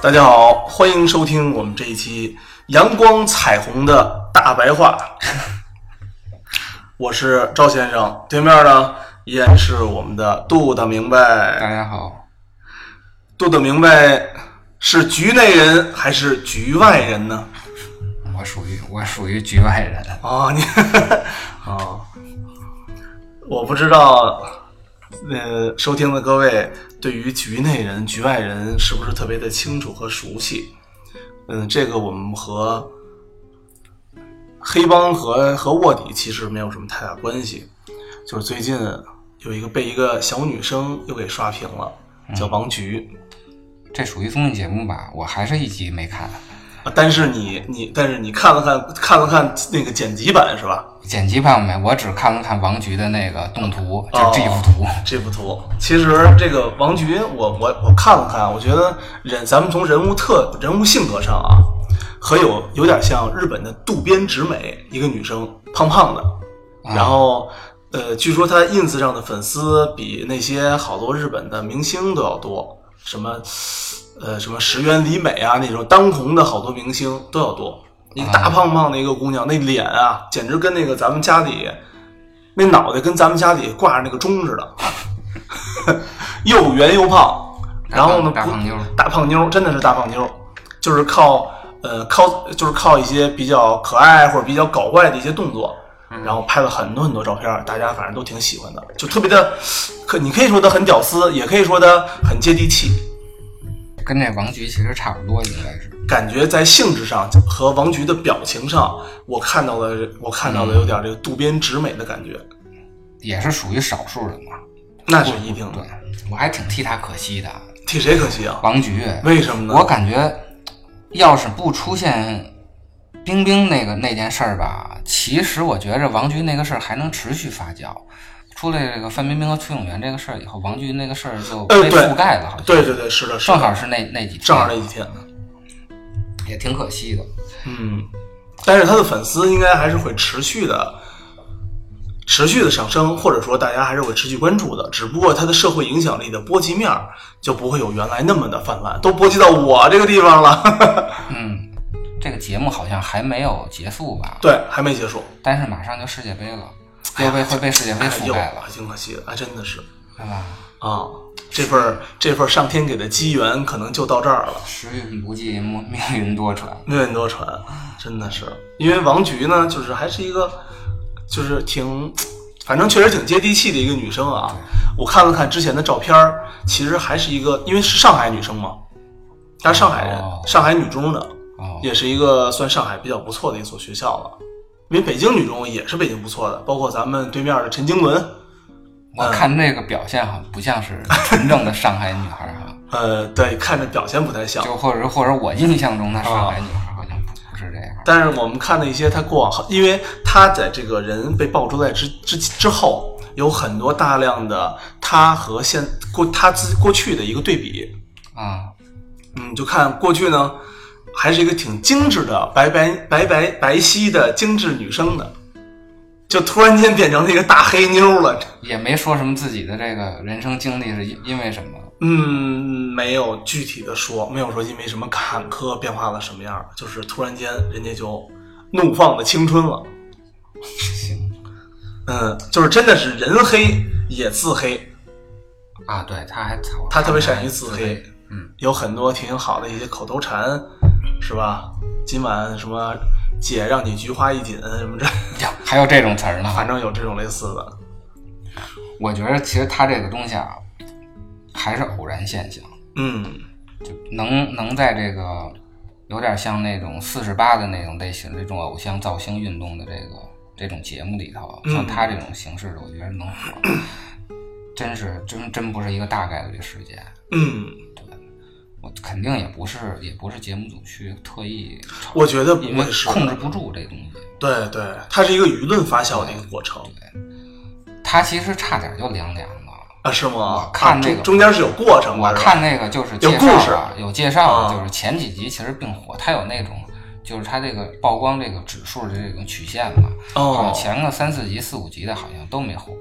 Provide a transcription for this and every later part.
大家好，欢迎收听我们这一期阳光彩虹的大白话。我是赵先生，对面呢依然是我们的杜的明白。大家好，杜的明白是局内人还是局外人呢？我属于我属于局外人，啊，你 啊，我不知道，呃，收听的各位对于局内人、局外人是不是特别的清楚和熟悉？嗯，这个我们和黑帮和和卧底其实没有什么太大关系，就是最近有一个被一个小女生又给刷屏了，叫王菊。这属于综艺节目吧？我还是一集没看，啊但是你你，但是你看了看看了看那个剪辑版是吧？剪辑版没，我只看了看王菊的那个动哦图，就是这幅图。这幅图，其实这个王菊，我我我看了看，我觉得人咱们从人物特人物性格上啊，和有有点像日本的渡边直美，一个女生，胖胖的，然后呃，据说她 ins 上的粉丝比那些好多日本的明星都要多，什么呃什么石原里美啊那种当红的好多明星都要多。一个啊大胖胖的一个姑娘，那脸啊，简直跟那个咱们家里那脑袋跟咱们家里挂着那个钟似的， 又圆又胖。然后呢，大胖不大胖妞儿大胖妞儿真的是大胖妞儿，就是靠呃靠就是靠一些比较可爱或者比较搞怪的一些动作，嗯然后拍了很多很多照片儿，大家反正都挺喜欢的，就特别的，可你可以说他很屌丝，也可以说他很接地气，跟这王菊其实差不多，应该是。感觉在性质上和王菊的表情上，我看到了我看嗯到了有点这个渡边直美的感觉，也是属于少数人嘛，那是一定的对。，我还挺替他可惜的，替谁可惜啊？王菊。为什么呢？我感觉，要是不出现冰冰那个那件事儿吧，其实我觉着王菊那个事儿还能持续发酵。出了这个范冰冰和崔永元这个事儿以后，王菊那个事儿就呃被对覆盖了，好像。对对对，是的，是的正好是那那几天，正好那几天，也挺可惜的。嗯，但是他的粉丝应该还是会持续的。持续的上升，或者说大家还是会持续关注的，只不过它的社会影响力的波及面儿就不会有原来那么的泛滥，都波及到我这个地方了。 嗯，这个节目好像还没有结束吧？对，还没结束，但是马上就世界杯了，又被会被世界杯哎覆呦盖了，，挺可惜的，还哎真的是。对吧？啊，这份儿这份儿上天给的机缘可能就到这儿了，时运不济，命命运多舛。命运多舛，真的是。因为王菊呢，就是还是一个，就是挺，反正确实挺接地气的一个女生啊。我看了看之前的照片儿，其实还是一个，因为是上海女生嘛，她是上海人，哦上海女中的，哦，也是一个算上海比较不错的一所学校了。因为北京女中也是北京不错的，包括咱们对面的陈经纶，我看这个表现好像不像是纯正的上海女孩儿哈，呃，对，看着表现不太像，就或者或者我印象中的上海女孩儿好像不不是这样。但是我们看的一些他过往，因为他在这个人被爆出来之之之后，有很多大量的他和现过他自过去的一个对比，啊，嗯，就看过去呢，还是一个挺精致的白白白白白皙的精致女生的，就突然间变成了一个大黑妞了。也没说什么自己的这个人生经历是因因为什么。嗯，没有具体的说，没有说因为什么坎坷变化了什么样儿，就是突然间人家就怒放的青春了。行嗯，就是真的是人黑也自黑，啊，对，她还他特别善于自自黑，嗯，有很多挺好的一些口头禅，是吧？今晚什么姐让你菊花一紧什 么这，呀，还有这种词儿呢。反正有这种类似的。我觉得其实他这个东西啊，还是偶然现象，嗯，就能能在这个有点像那种四十八的那种类型，这种偶像造星运动的这个这种节目里头，啊嗯像他这种形式的，我觉得能火，真是真真不是一个大概率事件。嗯，我肯定也不是也不是节目组去特意炒，我觉得不因为会是控制不住这东西。对对，它是一个舆论发酵的一个过程他其实差点就凉凉了。啊，是吗？我看啊那个中中间是有过程的，我是吧看那个就是介有绍故事啊，有介绍啊，啊就是前几集其实并火，它有那种就是它这个曝光这个指数的这种曲线嘛，好像哦，前个三四集、四五集的好像都没火，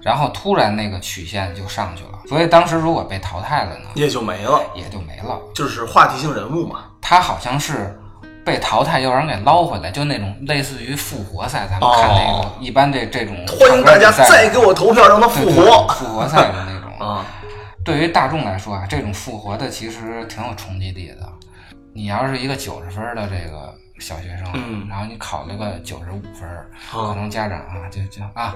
然后突然那个曲线就上去了，所以当时如果被淘汰了呢，也就没了，也就没了。就是话题性人物嘛。他好像是被淘汰又让人给捞回来，就那种类似于复活赛，咱们看那个、哦一般这这种欢迎大家常规比赛再给我投票，让他复对对活复活赛 的那种。啊！对于大众来说啊，这种复活的其实挺有冲击力的。你要是一个九十分的这个小学生，啊嗯然后你考了个九十五分儿，哦可能家长啊就就啊，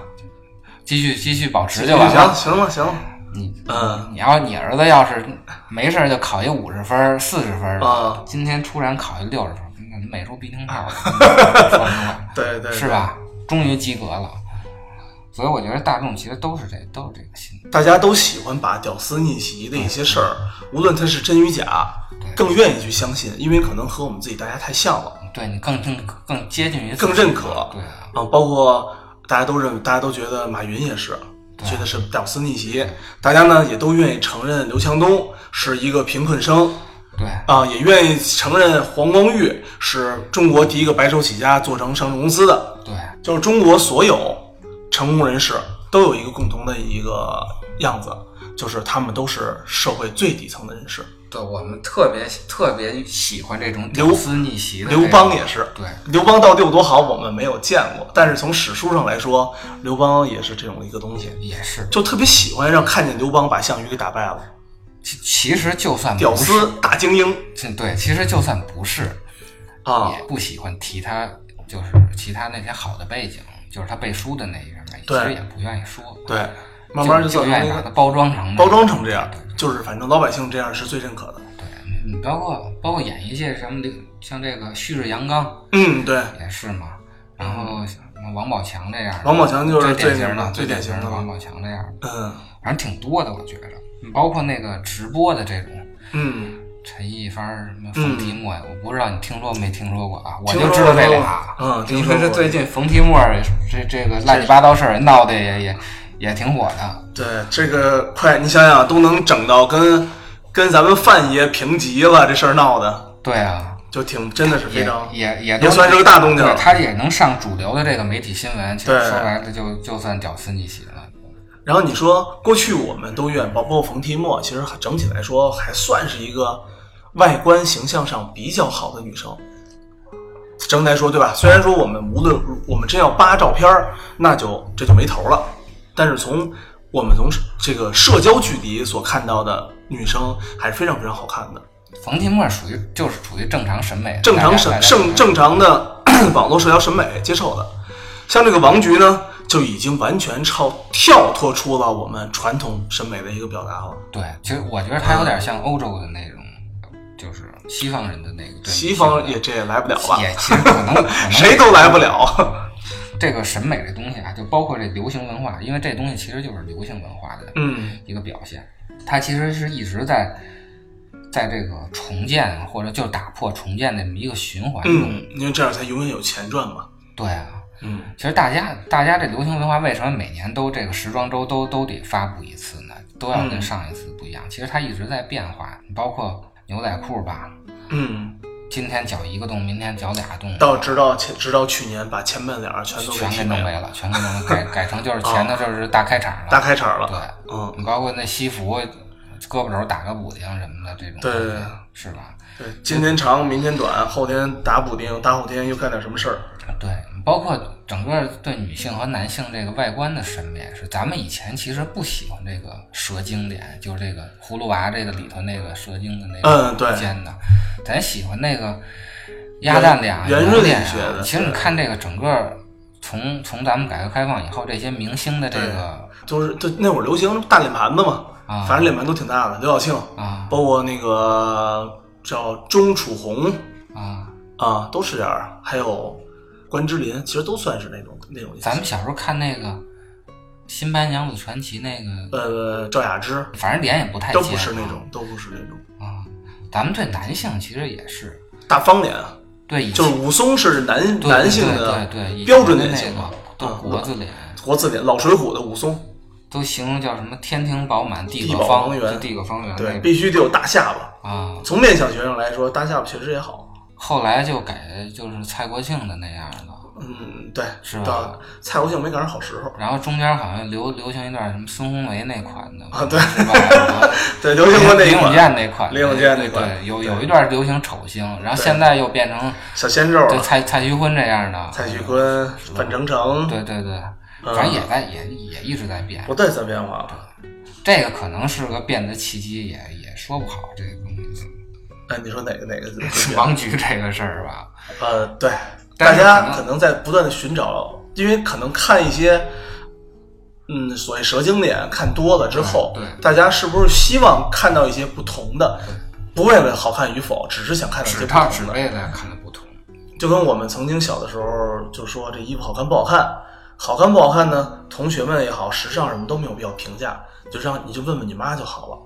继续继续保持就完行了。行了行了，你嗯你要你儿子要是没事儿就考一五十分儿、四十分儿的，啊今天突然考一六十分儿，那美术必听 炮，说不出来对对，对是？吧？终于及格了。所以我觉得大众其实都是这都是这个心理。大家都喜欢把屌丝逆袭的一些事儿，无论它是真与假，更愿意去相信，因为可能和我们自己大家太像了对你更更更接近于自己更认可对啊，啊。包括大家都认为，大家都觉得马云也是。觉得是屌丝逆袭，大家呢也都愿意承认刘强东是一个贫困生，对啊，也愿意承认黄光裕是中国第一个白手起家做成上市公司的。对就是中国所有成功人士都有一个共同的一个样子，就是他们都是社会最底层的人士。对，我们特别特别喜欢这种刘屌丝逆袭的这种。刘邦也是，对刘邦到底有多好，我们没有见过，但是从史书上来说，刘邦也是这种一个东西，也是，就特别喜欢让看见刘邦把项羽给打败了，其其实就算不屌是丝，大精英其对，其实就算不是，啊，也不喜欢提他，就是其他那些好的背景，就是他背书的那一人，其对实也不愿意说。对就，慢慢就造成愿了意一把它个包装成包装成这样对，就是反正老百姓这样是最认可的。对，嗯你包括包括演艺界什么的，像这个旭日阳刚嗯，对，也是嘛，然后像王宝强这样的，王宝强就是最最典型的最典型的的王了。宝强这样的，嗯反正挺多的，我觉着，包括那个直播的这种。嗯，陈一帆儿什么冯提莫呀，我不知道你听说没听说过啊，我听就说知道这过俩。嗯听你说说这过最近冯提莫儿这这个乱七八糟事儿闹得也也也挺火的，对，这个快，你想想都能整到跟跟咱们范爷平级了，这事儿闹的对啊，就挺真的是也非常也也也算是个大动静对，他也能上主流的这个媒体新闻，其实对说白了就就算屌丝逆袭了。然后你说过去我们都愿，包括冯提莫，其实整体来说还算是一个外观形象上比较好的女生。整体来说，对吧？虽然说我们无论我们真要扒照片儿，那就这就没头了。但是从我们从这个社交距离所看到的女生，还是非常非常好看的。冯提莫儿属于就是属于正常审美，正大常家审大家正正常的 网络社交审美接受的。像这个王菊呢，就已经完全超跳脱出了我们传统审美的一个表达了。对，其实我觉得他有点像欧洲的那种，就是西方人的那个对西女性方的也这也来不了吧？也其实可能可能 谁都来不了。 这个审美这东西啊，就包括这流行文化，因为这东西其实就是流行文化的嗯，一个表现，它其实是一直在在这个重建或者就打破重建的这么一个循环中。嗯，因为这样才永远有钱赚嘛。对啊，嗯，其实大家大家这流行文化为什么每年都这个时装周都都得发布一次呢？都要跟嗯上一次不一样。其实它一直在变化，包括牛仔裤吧，嗯，今天脚一个洞，明天脚俩洞，到直到前直到去年把前半脸儿全都给全踢给没弄没了，了，全给弄没了 改改成就是前头就是大开场了，大开场了。对。嗯，你包括那西服，胳膊肘打个补丁什么的，这种对东西是吧？对，今天长，明天短，后天打补丁，打后天又干点什么事儿。啊对，包括整个对女性和男性这个外观的审美也是，咱们以前其实不喜欢这个蛇精脸，就是这个葫芦娃这个里头那个蛇精的那个嗯对尖的，咱喜欢那个鸭蛋脸啊、圆圆润脸啊一些的其实你对看这个整个。从从咱们改革开放以后，这些明星的这个就是就那会儿流行大脸盘子嘛，啊反正脸盘都挺大的。刘晓庆，啊包括那个叫钟楚红啊，啊，都是这样。还有关之琳，其实都算是那种那种类型。咱们小时候看那个《新白娘子传奇》那个，呃，赵雅芝反正脸也不太都尖不是那种，都不是那种。啊，咱们对男性其实也是大方脸，啊对以就是武松是男对男性的对对对以标准前典的型那嘛个，都嗯国字脸，国字脸，老水浒的武松，都形容叫什么天庭饱满地地阁饱方方圆就地阁方圆嗯那对，个必须得有大下巴。啊。从面相学上来说，大下巴确实也好。后来就改就是蔡国庆的那样了，嗯，对，是吧到蔡国庆没赶上好时候，然后中间好像流流行一段什么孙红雷那款的啊对 是吧？对， 流行过那一林永款健那款，林永健那款对，有有一段流行丑星，然后现在又变成小鲜肉啊，对蔡蔡徐坤这样的，蔡徐坤、范丞丞，对对对，嗯反正也在也也一直在变不，断在变化吧？这个可能是个变的契机，也也说不好这个东 西。哎，你说哪个哪个？ 王菊这个事儿吧， 呃，对，大但是家可能可能在不断的寻找，因为可能看一些，嗯，所谓蛇精脸看多了之后，对对大家是不是希望看到一些不同的？不为了好看与否，只是想看到一些只不靠同只的。为了看的不同，就跟我们曾经小的时候就说这衣服好看不好看，好看不好看呢，同学们也好，时尚什么都没有必要评价，就让你就问问你妈就好了。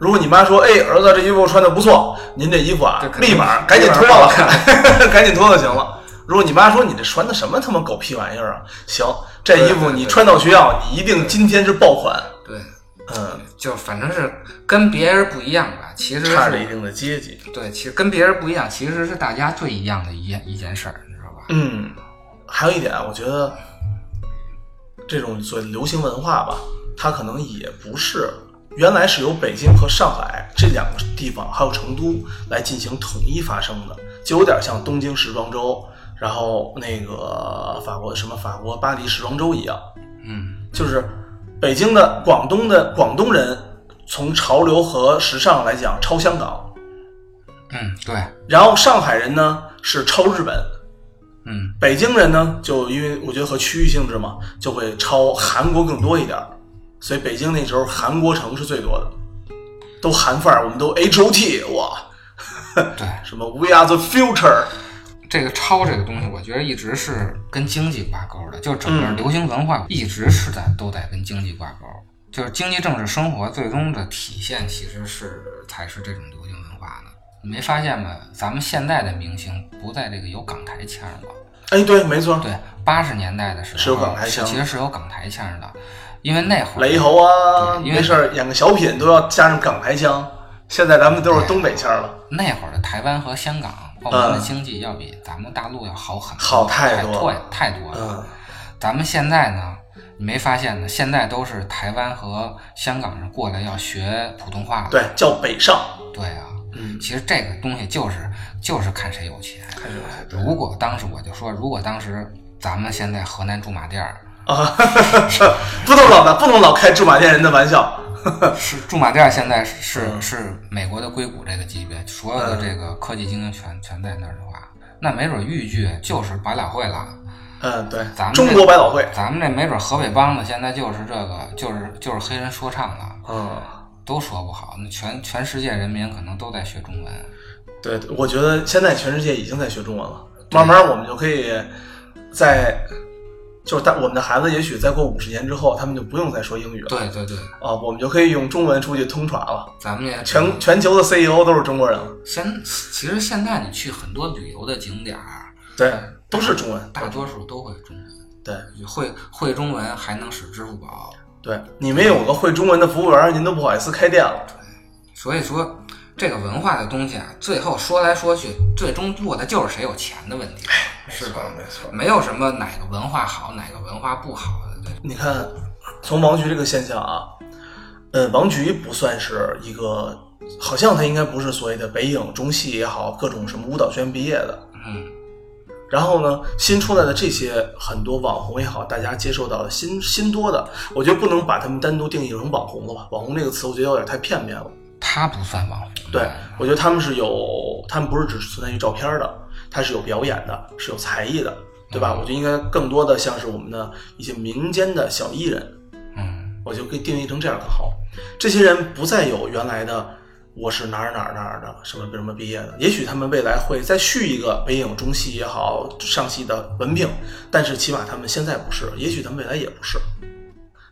如果你妈说：“哎，儿子，这衣服穿的不错，您这衣服啊这，肯定立马赶紧脱了， 赶紧脱了，行了。”如果你妈说你这穿的什么他妈狗屁玩意儿啊，行，这衣服对对你对穿到学校，你一定今天是爆款。对，嗯，就反正是跟别人不一样吧。其实差着一是定的阶级。对，其实跟别人不一样，其实是大家最一样的一件一件事儿，你知道吧？嗯，还有一点啊，我觉得这种所谓流行文化吧，它可能也不是原来是由北京和上海这两个地方，还有成都来进行统一发生的，就有点像东京时装周，然后那个法国什么法国巴黎时装周一样，嗯，就是北京的广东的广东人从潮流和时尚来讲超香港，嗯，对，然后上海人呢是超日本，嗯，北京人呢，就因为我觉得和区域性质嘛，就会超韩国更多一点儿，所以北京那时候韩国城是最多的，都韩范儿，我们都 H O T 哇，对，什么 We Are the Future，这个抄这个东西，我觉得一直是跟经济挂钩的，就是整个嗯流行文化一直是在都在跟经济挂钩，就是经济、政治、生活最终的体现其实是才是这种流行文化呢。你没发现吗？咱们现在的明星不在这个有港台腔了。哎，对，没错，对，八十年代的时候是有港台腔其实是有港台腔的，因为那会儿雷猴啊，对因为没事儿演个小品都要加上港台腔，现在咱们都是东北腔了，那会儿的台湾和香港，包括咱们嗯的经济要比咱们大陆要好很多，好太多多了太太多了。嗯，咱们现在呢，你没发现呢？现在都是台湾和香港人过来要学普通话了。对，叫北上，对啊，嗯，其实这个东西就是就是看谁有钱。开始有如果当时我就说，如果当时咱们现在河南驻马 店儿啊，不能老不能老开驻马店人的玩笑，是驻马店儿现在是嗯是是美国的硅谷这个级别，所有的这个科技精英全全在那儿的话，那没准豫剧就是百老汇了。嗯，对咱，们中这国百老汇，咱们这没准河北梆子现在就是这个，就是就是黑人说唱了，嗯。都说不好。那全全世界人民可能都在学中文，对，我觉得现在全世界已经在学中文了，慢慢我们就可以在，就是大我们的孩子，也许再过五十年之后，他们就不用再说英语了，对对，啊，我们就可以用中文出去通传了。咱们也全全球的 CEO 都是中国人了，现其实现在你去很多旅游的景点儿，对，都是中文，大多数都会中文，对会会中文还能使支付宝，对，你们有个会中文的服务员，您都不好意思开店了，所以说这个文化的东西啊，最后说来说去，最终落的就是谁有钱的问题，是吧？哎没错。没有什么哪个文化好，哪个文化不好的这种。你看，从王菊这个现象啊，呃，王菊不算是一个，好像他应该不是所谓的北影、中戏也好，各种什么舞蹈学院毕业的，嗯，然后呢，新出来的这些很多网红也好，大家接受到的新新多的，我觉得不能把他们单独定义成网红了吧？网红这个词，我觉得有点太片面了。他不算网红。对，我觉得他们是有，他们不是只存在于照片的，他是有表演的，是有才艺的，对吧？我觉得应该更多的像是我们的一些民间的小艺人，嗯，我就可以定义成这样更好。这些人不再有原来的我是哪儿哪儿哪儿的什么什么毕业的，也许他们未来会再续一个北影、中戏也好，上戏的文凭，但是起码他们现在不是，也许他们未来也不是。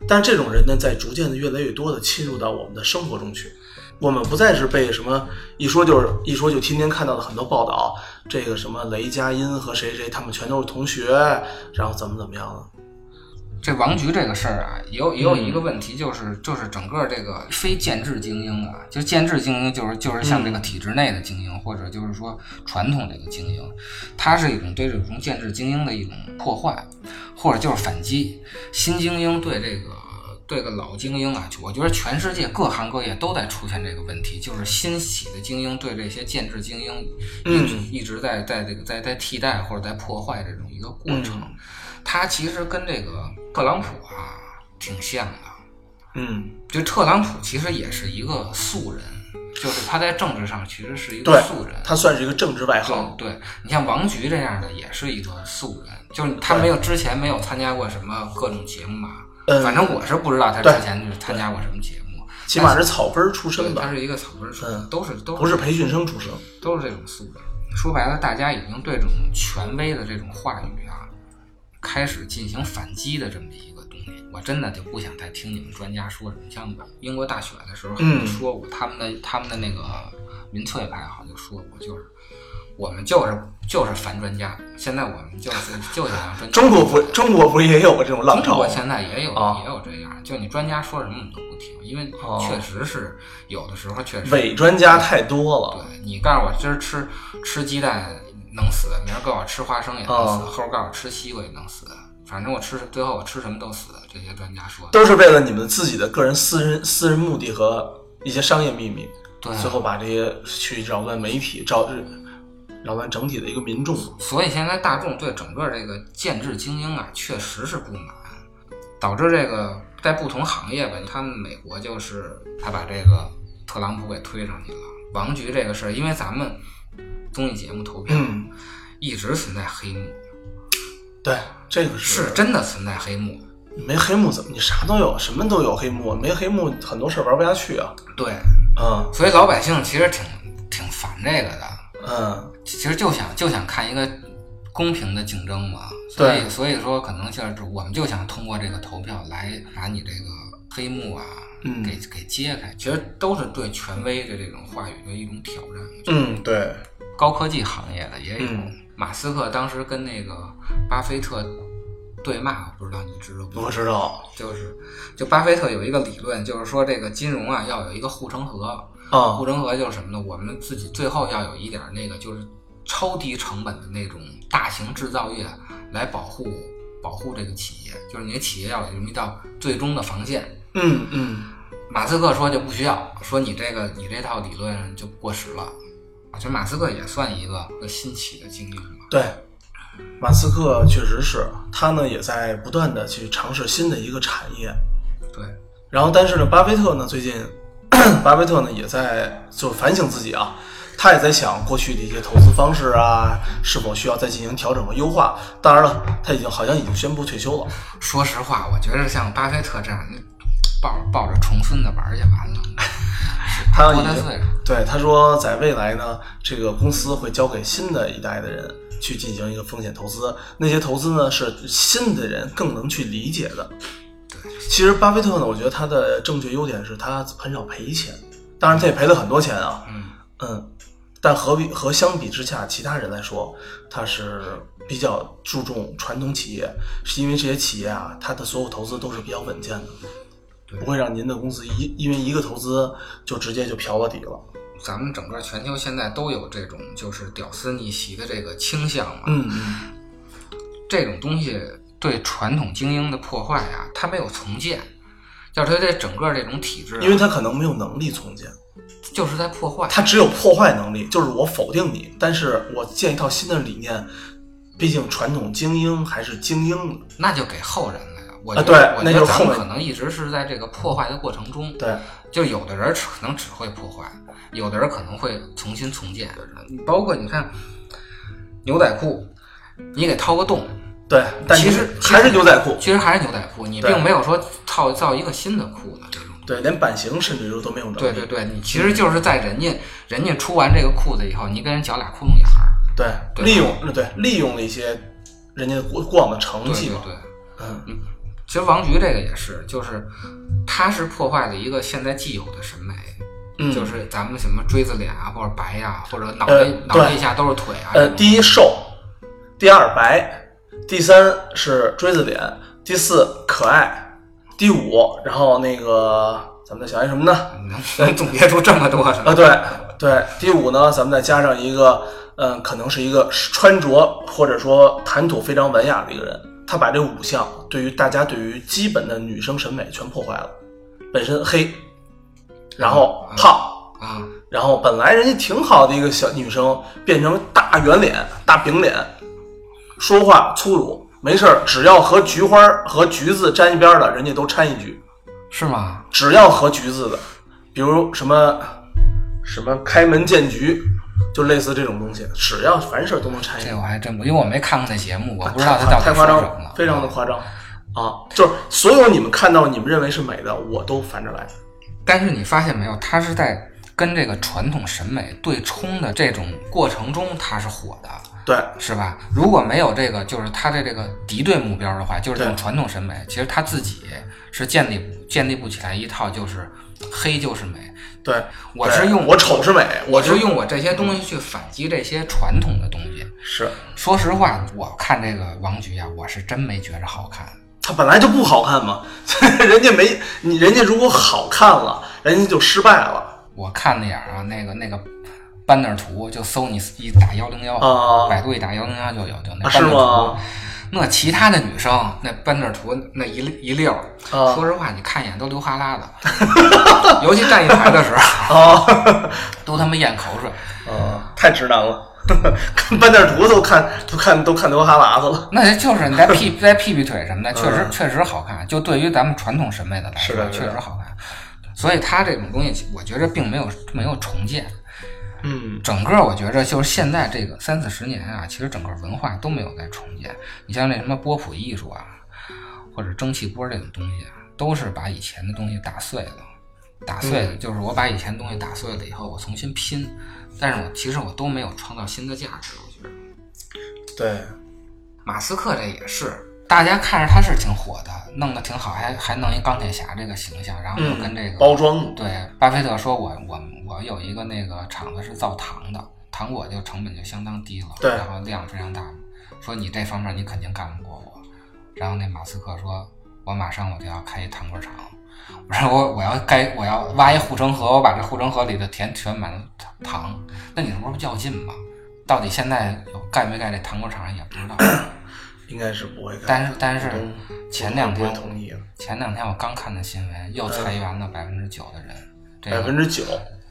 但是这种人呢，在逐渐的越来越多的侵入到我们的生活中去。我们不再是被什么一说就是一说就天天看到的很多报道，这个什么雷佳音和谁谁他们全都是同学，然后怎么怎么样的。这王局这个事儿啊，也有也有一个问题，就是、就是整个这个非建制精英啊，就建制精英就是就是像这个体制内的精英，或者就是说传统这个精英，它是一种对这种建制精英的一种破坏，或者就是反击。新精英对这个对这个老精英啊，我觉得全世界各行各业都在出现这个问题，就是新起的精英对这些建制精英一直、嗯一直在在这个在在替代或者在破坏这种一个过程。嗯他其实跟这个特朗普啊挺像的，嗯，就特朗普其实也是一个素人，就是他在政治上其实是一个对素人。他算是一个政治外行。对对，你像王菊这样的也是一个素人，就是他没有之前没有参加过什么各种节目嘛，嗯反正我是不知道他之对前就是参加过什么节目，起码是草根儿出对身他吧，是一个草根儿出身，嗯都是都不是培训生出身。都是这种素质。说白了，大家已经对这种权威的这种话语啊，开始进行反击的这么一个东西。我真的就不想再听你们专家说什么。像英国大选的时候，嗯还说过他们的他们的那个民粹派好像就说过，就是我们就是就是反专家，现在我们就是就想让专家。中国不，中国不也有过这种浪中潮国吗？现在也有、啊也有这样，就你专家说什么我们都不听，因为哦确实是、有的时候确实伪专家太多了。对你告诉我今儿吃吃鸡蛋能死，明儿告诉我吃花生也能死，哦后儿告诉我吃西瓜也能死，反正我吃最后我吃什么都死。这些专家说的，都是为了你们自己的个人私人私人目的和一些商业秘密，对啊最后把这些去扰乱媒体，扰扰乱整体的一个民众。所以现在大众对整个这个建制精英啊，确实是不满，导致这个在不同行业吧，他们美国就是他把这个特朗普给推上去了。王局这个事儿，因为咱们综艺节目投票、嗯，一直存在黑幕，对，这个是真的存在黑幕。没黑幕怎么你啥都有，什么都有黑幕，没黑幕很多事儿玩不下去啊。对，嗯所以老百姓其实挺挺烦这个的，嗯，其实就想就想看一个公平的竞争嘛。所以对所以说，可能就是我们就想通过这个投票来把你这个黑幕啊，嗯给给揭开。其实都是对权威的这种话语的一种挑战。嗯，对，高科技行业的也有，嗯马斯克当时跟那个巴菲特对骂，我不知道你知道不？我知道就是就巴菲特有一个理论，就是说这个金融啊要有一个护城河。护啊，城河就是什么呢？我们自己最后要有一点儿那个，就是超低成本的那种大型制造业来保护保护这个企业，就是你的企业要有这么一道最终的防线。嗯嗯，马斯克说就不需要，说你这个你这套理论就过时了。啊，其实马斯克也算一个呃新起的精英嘛。对。马斯克确实是，他呢也在不断的去尝试新的一个产业，对，然后，但是呢，巴菲特呢，最近巴菲特呢也在就反省自己啊，他也在想过去的一些投资方式啊，是否需要再进行调整和优化。当然了，他已经好像已经宣布退休了。说实话，我觉得像巴菲特这样，抱抱着重孙子玩儿也 完了。他要多大已经岁数？对他说，在未来呢，这个公司会交给新的一代的人去进行一个风险投资，那些投资呢是新的人更能去理解的。其实巴菲特呢，我觉得他的正确优点是他很少赔钱，当然他也赔了很多钱啊。嗯，嗯，但和比和相比之下，其他人来说，他是比较注重传统企业，是因为这些企业啊，它的所有投资都是比较稳健的，对不会让您的公司一因为一个投资就直接就瓢了底了。咱们整个全球现在都有这种就是屌丝逆袭的这个倾向嘛。嗯啊这种东西对传统精英的破坏啊，它没有重建，要是它对整个这种体制啊、嗯，因为他可能没有能力重建，就是在破坏。他只有破坏能力，就是我否定你，但是我建一套新的理念。毕竟传统精英还是精英的，那就给后人了呀。我啊觉得、对我那觉就得是咱后们人可能一直是在这个破坏的过程中，对，就有的人只可能只会破坏，有的人可能会重新重建。你包括你看牛仔裤，你给掏个洞，对，但其你实还是牛仔裤，其实还是牛仔裤，你对并没有说造造一个新的裤子这种。对，连版型甚至都都没有能力。对对对，你其实就是在人家人家出完这个裤子以后，你跟人绞俩窟窿眼儿，对，对利用对利用了一些人家过过往的成对绩对嘛，对。嗯，其实王菊这个也是，就是他是破坏了一个现在既有的审美，嗯就是咱们什么锥子脸啊，或者白呀、或者脑袋、呃脑袋对以下都是腿啊。呃，第一瘦，第二白，第三是锥子脸，第四可爱，第五，然后那个咱们再想一什么呢？能能总结出这么多是吧？啊，对对，第五呢，咱们再加上一个，嗯，可能是一个穿着或者说谈吐非常文雅的一个人，他把这五项对于大家对于基本的女生审美全破坏了，本身黑，然后胖，啊，然后本来人家挺好的一个小女生，变成大圆脸、大饼脸，说话粗鲁，没事儿，只要和菊花儿和橘子沾一边儿的，人家都掺一句。是吗？只要和橘子的，比如什么什么开门见菊，就类似这种东西，只要凡事都能掺一这个我还真不，因为我没看过那节目，我不知道太他到底太夸说什张么了，非常的夸张啊！就是所有你们看到你们认为是美的，我都反着来。但是你发现没有，他是在跟这个传统审美对冲的这种过程中，他是火的，对，是吧？如果没有这个，就是他的这个敌对目标的话，就是这种对传统审美，其实他自己是建立不建立不起来一套，就是黑就是美。对，我是对用我丑是美，我是是用我这些东西去反击这些传统的东西。是说实话，我看这个王菊啊，我是真没觉着好看。它本来就不好看嘛， 人家没你，人家如果好看了，人家就失败了我看那眼儿啊，那个那个 banner 图，就搜你一打幺零幺啊，百度一打幺零幺就有，就那啊是 banner 图。吗那其他的女生那 banner 图那一一溜儿，啊说实话，你看一眼都流哈喇子， 尤其站一排的时候，啊 都他妈咽口水。啊，太直男了。 看半点图都看都看都看流哈喇子了，那就是你在屁在屁屁腿什么的，确实确实好看。就对于咱们传统审美的来嗯是说，的是确的实好看。所以它这种东西，我觉着并没有没有重建。嗯，整个我觉着就是现在这个三四十年啊，其实整个文化都没有在重建。你像那什么波普艺术啊，或者蒸汽波这种东西啊，都是把以前的东西打碎了，打碎了，就是我把以前东西打碎了以后，我重新拼，但是我其实我都没有创造新的价值。我觉得对，马斯克这也是，大家看着他是挺火的，弄得挺好，还还弄一钢铁侠这个形象，然后就跟这个、嗯包装，对，巴菲特说我我我有一个那个厂子是造糖的，糖果就成本就相当低了，对然后量非常大。说你这方面你肯定干不过我。然后那马斯克说，我马上我就要开一糖果厂，我说我我要该我要挖一护城河，我把这护城河里的田全满了糖，那你这不是较劲吗？到底现在有盖没盖这糖果厂也不 知道，应该是不会干。但是但是前两不会天嗯同意前两天我刚看的新闻又裁员了百分之九的人，这百个分之九，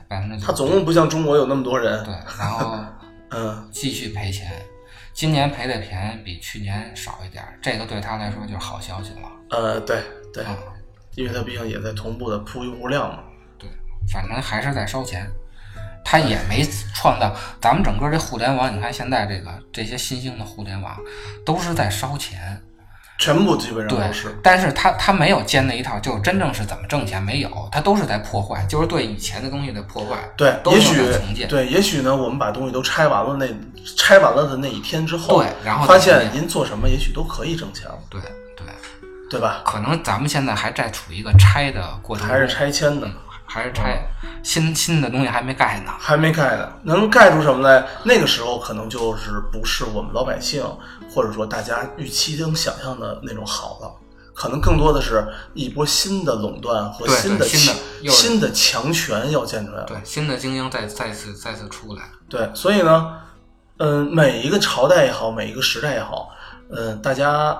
百分之九，他总共不像中国有那么多人嗯对，，然后嗯，继续赔钱，今年赔的钱比去年少一点儿，这个对他来说就是好消息了。呃，对对，啊，因为他毕竟也在同步的铺用户量嘛，对，反正还是在烧钱，他也没创造。咱们整个这互联网，你看现在这个这些新兴的互联网都是在烧钱，全部基本上对都是，，但是他他没有建立一套，就是真正是怎么挣钱没有，他都是在破坏，就是对以前的东西的破坏，对，都也是许在重建，对，也许呢，我们把东西都拆完了那拆完了的那一天之后，对然后发再重现建您做什么，也许都可以挣钱了，对对，对吧？可能咱们现在还在处于一个拆的过程中，还是拆迁的，还是拆、嗯新新的东西还没盖呢。还没盖呢，能盖出什么来？那个时候可能就是不是我们老百姓，或者说大家预期能想象的那种好了，可能更多的是一波新的垄断和对新的对新的强又是新的强权要建出来了。对，新的精英再再次再次出来，对，所以呢，嗯，每一个朝代也好，每一个时代也好，嗯，大家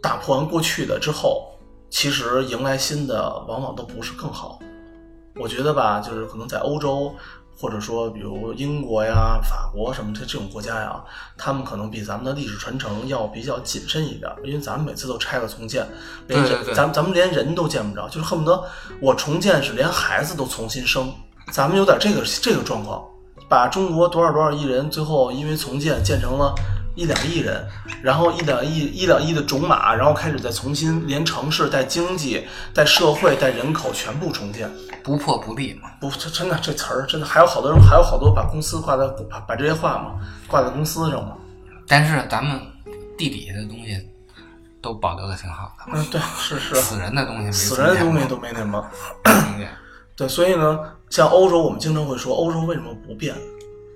打破完过去的之后，其实迎来新的往往都不是更好。我觉得吧，就是可能在欧洲，或者说比如英国呀、法国什么这这种国家呀，他们可能比咱们的历史传承要比较谨慎一点，因为咱们每次都拆了重建，连对人对对咱们咱们连人都见不着，就是恨不得我重建是连孩子都重新生，咱们有点这个这个状况。把中国多少多少亿人，最后因为重建建成了一两亿人，然后一两亿一两亿的种马，然后开始再重新连城市、带经济、带社会、带人口全部重建。不破不立嘛。不，这真的这词儿真的还有好多人，还有好多把公司挂在把把这些话嘛挂在公司上嘛。但是咱们地底下的东西都保留的挺好的，嗯，对，是是，死人的东西没死重人的建东西过都没那么。没重建对，所以呢，像欧洲，我们经常会说欧洲为什么不变，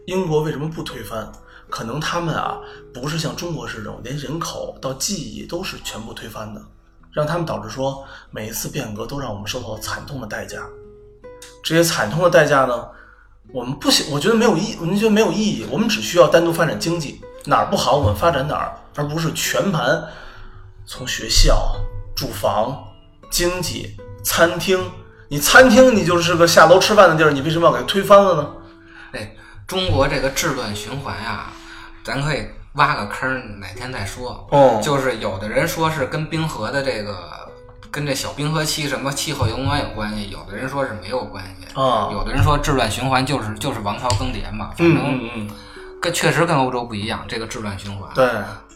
英国为什么不推翻？可能他们啊，不是像中国是这种连人口到记忆都是全部推翻的，让他们导致说每一次变革都让我们受到惨痛的代价。这些惨痛的代价呢，我们不想，我觉得没有意，我们觉得没有意义。我们只需要单独发展经济，哪儿不好我们发展哪儿，而不是全盘从学校、住房、经济、餐厅。你餐厅你就是个下楼吃饭的地儿，你为什么要给它推翻了呢？哎，中国这个治乱循环呀、咱可以挖个坑，哪天再说。哦就是有的人说是跟冰河的这个，跟这小冰河期什么气候融暖有关系，有的人说是没有关系，啊，有的人说治乱循环就是就是王朝更迭嘛，反嗯正嗯嗯，跟确实跟欧洲不一样，这个治乱循环。对，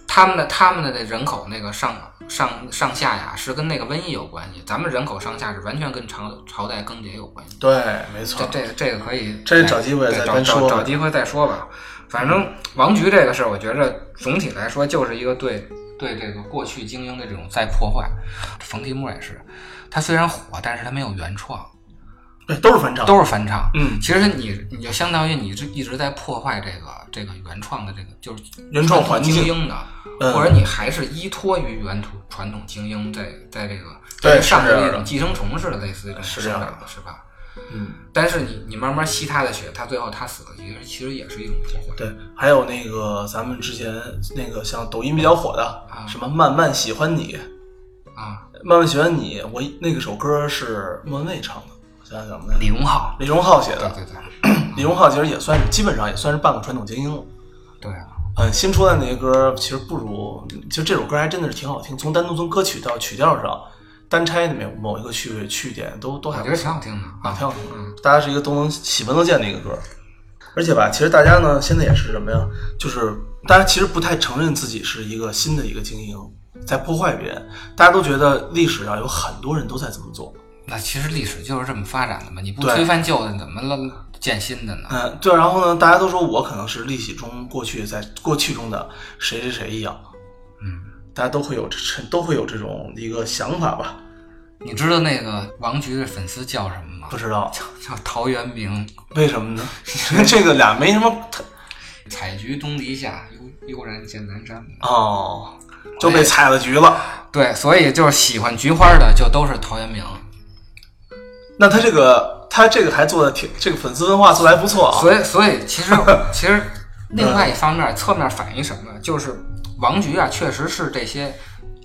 他们的他们的这人口那个上上上下呀，是跟那个瘟疫有关系。咱们人口上下是完全跟朝朝代更迭有关系。对，没错这，这个这个可以，啊这找机会对再找单找说找机会再说吧。反正王局这个事儿，我觉着总体来说就是一个对对这个过去精英的这种再破坏。冯提莫也是，他虽然火，但是他没有原创，对，都是翻唱，都是翻唱。嗯，其实你你就相当于你是一直在破坏这个这个原创的这个就是原创环境传统精英的，嗯或者你还是依托于原土传统精英在在这个对在上是这面样那的种寄生虫似的类似这种是生这样的长是吧？嗯。但是你你慢慢吸他的血，他最后他死了，其实其实也是一种破坏。对，还有那个咱们之前那个像抖音比较火的啊什么“慢慢喜欢你啊，”，慢慢喜欢你，我那个首歌是莫文蔚唱的，我想想怎么来着，李荣浩，李荣浩写对的。对对李荣浩其实也算是基本上也算是半个传统精英了。对啊，嗯，新出来那些歌其实不如，其实这首歌还真的是挺好听，从单独从歌曲到曲调上，单拆的某某一个趣趣点都都我还不觉得错。挺好听的啊，啊。挺好听的，大家是一个都能喜闻乐见的一个歌。而且吧，其实大家呢，现在也是什么呀？就是大家其实不太承认自己是一个新的一个精英，在破坏别人。大家都觉得历史上有很多人都在这么做。那其实历史就是这么发展的嘛，你不对推翻旧的，你怎么了建新的呢？嗯，对。然后呢，大家都说我可能是历史中过去在过去中的谁谁谁一样。嗯，大家都会有这都会有这种一个想法吧？你知道那个王菊的粉丝叫什么吗不？知道叫陶渊明，为什么呢？ 这个俩没什么太采菊东篱下，悠悠然见南山。哦，就被踩了局了。对，所以就是喜欢菊花的，就都是陶渊明。那他这个他这个还做的挺，这个粉丝文化做的还不错啊。所以，所以其实其 实另外一方面，侧面反映什么呢？就是王菊啊，确实是这些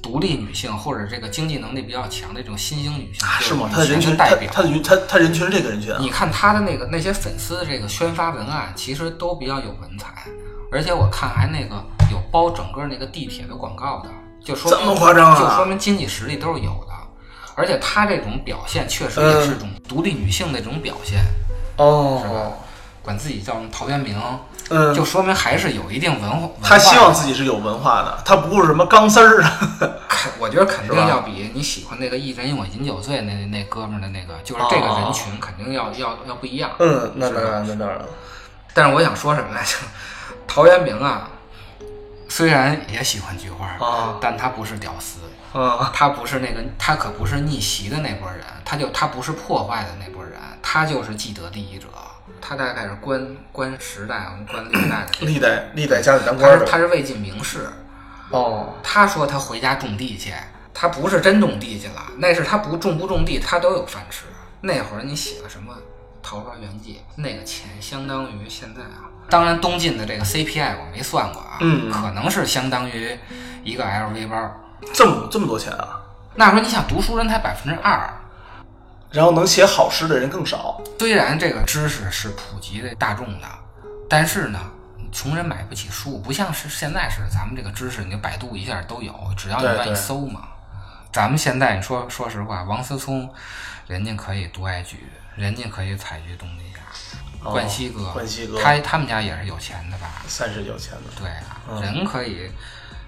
独立女性或者这个经济能力比较强的这种新兴女性，啊就是吗？他的人群，群他代表他。的人他他人群是这个人群啊。你看他的那个那些粉丝的这个宣发文案，其实都比较有文采，而且我看还那个有包整个那个地铁的广告的，就说明这么夸张啊就说明经济实力都是有的。而且他这种表现确实也是一种独立女性的这种表现，是吧嗯哦，？管自己叫什么陶渊明，嗯，就说明还是有一定文化。他希望自己，己是有文化的，他不是什么钢丝儿啊 的。肯我觉得肯定是吧要比你喜欢那个一人我饮酒醉那那哥们儿的那个，就是这个哦人群肯定要、要要不一样。嗯，那是当吧然，那当然。但是我想说什么来着？ 陶渊明啊，虽然也喜欢菊花啊但他不是屌丝，嗯，他不是那个，他可不是逆袭的那波人，他就他不是破坏的那波人，他就是既得利益者。他大概是官官十代，官六代的这历代历代家里当他官是的。他是魏晋名士，哦，他说他回家种地去，他不是真种地去了，那是他不种不种地，他都有饭吃。那会儿你写个什么《桃花源记》，那个钱相当于现在啊，当然东晋的这个 CPI 我没算过啊，嗯可能是相当于一个 LV 包。这么这么多钱啊！那时候你想，读书人才百分之二，啊然后能写好诗的人更少。虽然这个知识是普及的大众的，但是呢，穷人买不起书，不像是现在是咱们这个知识，你就百度一下都有，只要你对愿意对搜嘛。咱们现在你说说实话，王思聪，人家可以独爱菊，人家可以采菊东篱下，哦冠希哥，冠希哥他他们家也是有钱的吧？三十有钱的，对啊，嗯人可以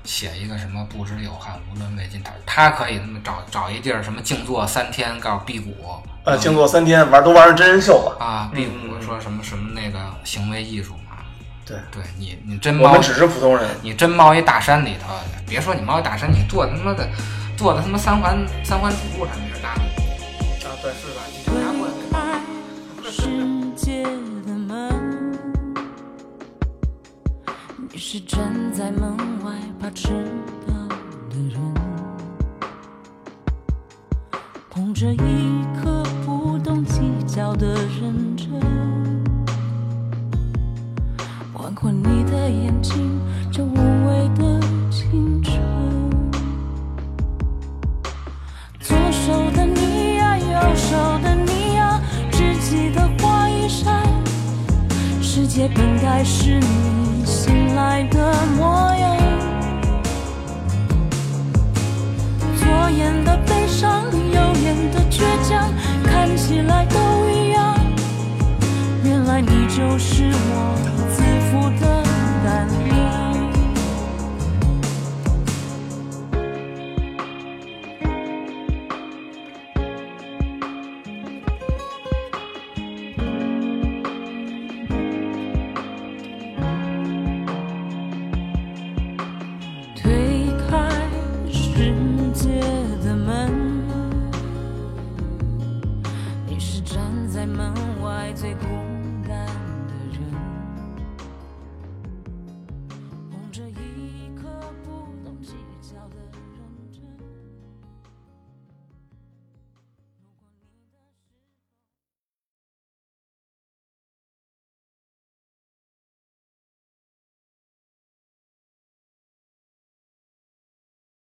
写一个什么不知有汉，无论魏晋唐，他可以那么找找一地儿什么静坐三天，告诉辟谷，呃，静坐三天，玩都玩上真人秀了。啊，嗯壁虎说什么什么那个行为艺术嘛，对，对你你真我猫们，只是普通人。你真猫一大山里头，别说你猫一大山，你坐他妈的坐的他妈三环三环主路上你是大路啊，对。是吧？你就拿过来。爱世界的门。你是站在门外怕迟到的人，捧着一颗不懂计较的认真，玩过你的眼睛，这无畏的青春。左手的你呀，右手的你呀，只记得花衣裳。世界本该是你醒来的模样。左眼的悲伤，右眼的倔强，看起来都一样。原来你就是我自负的胆量。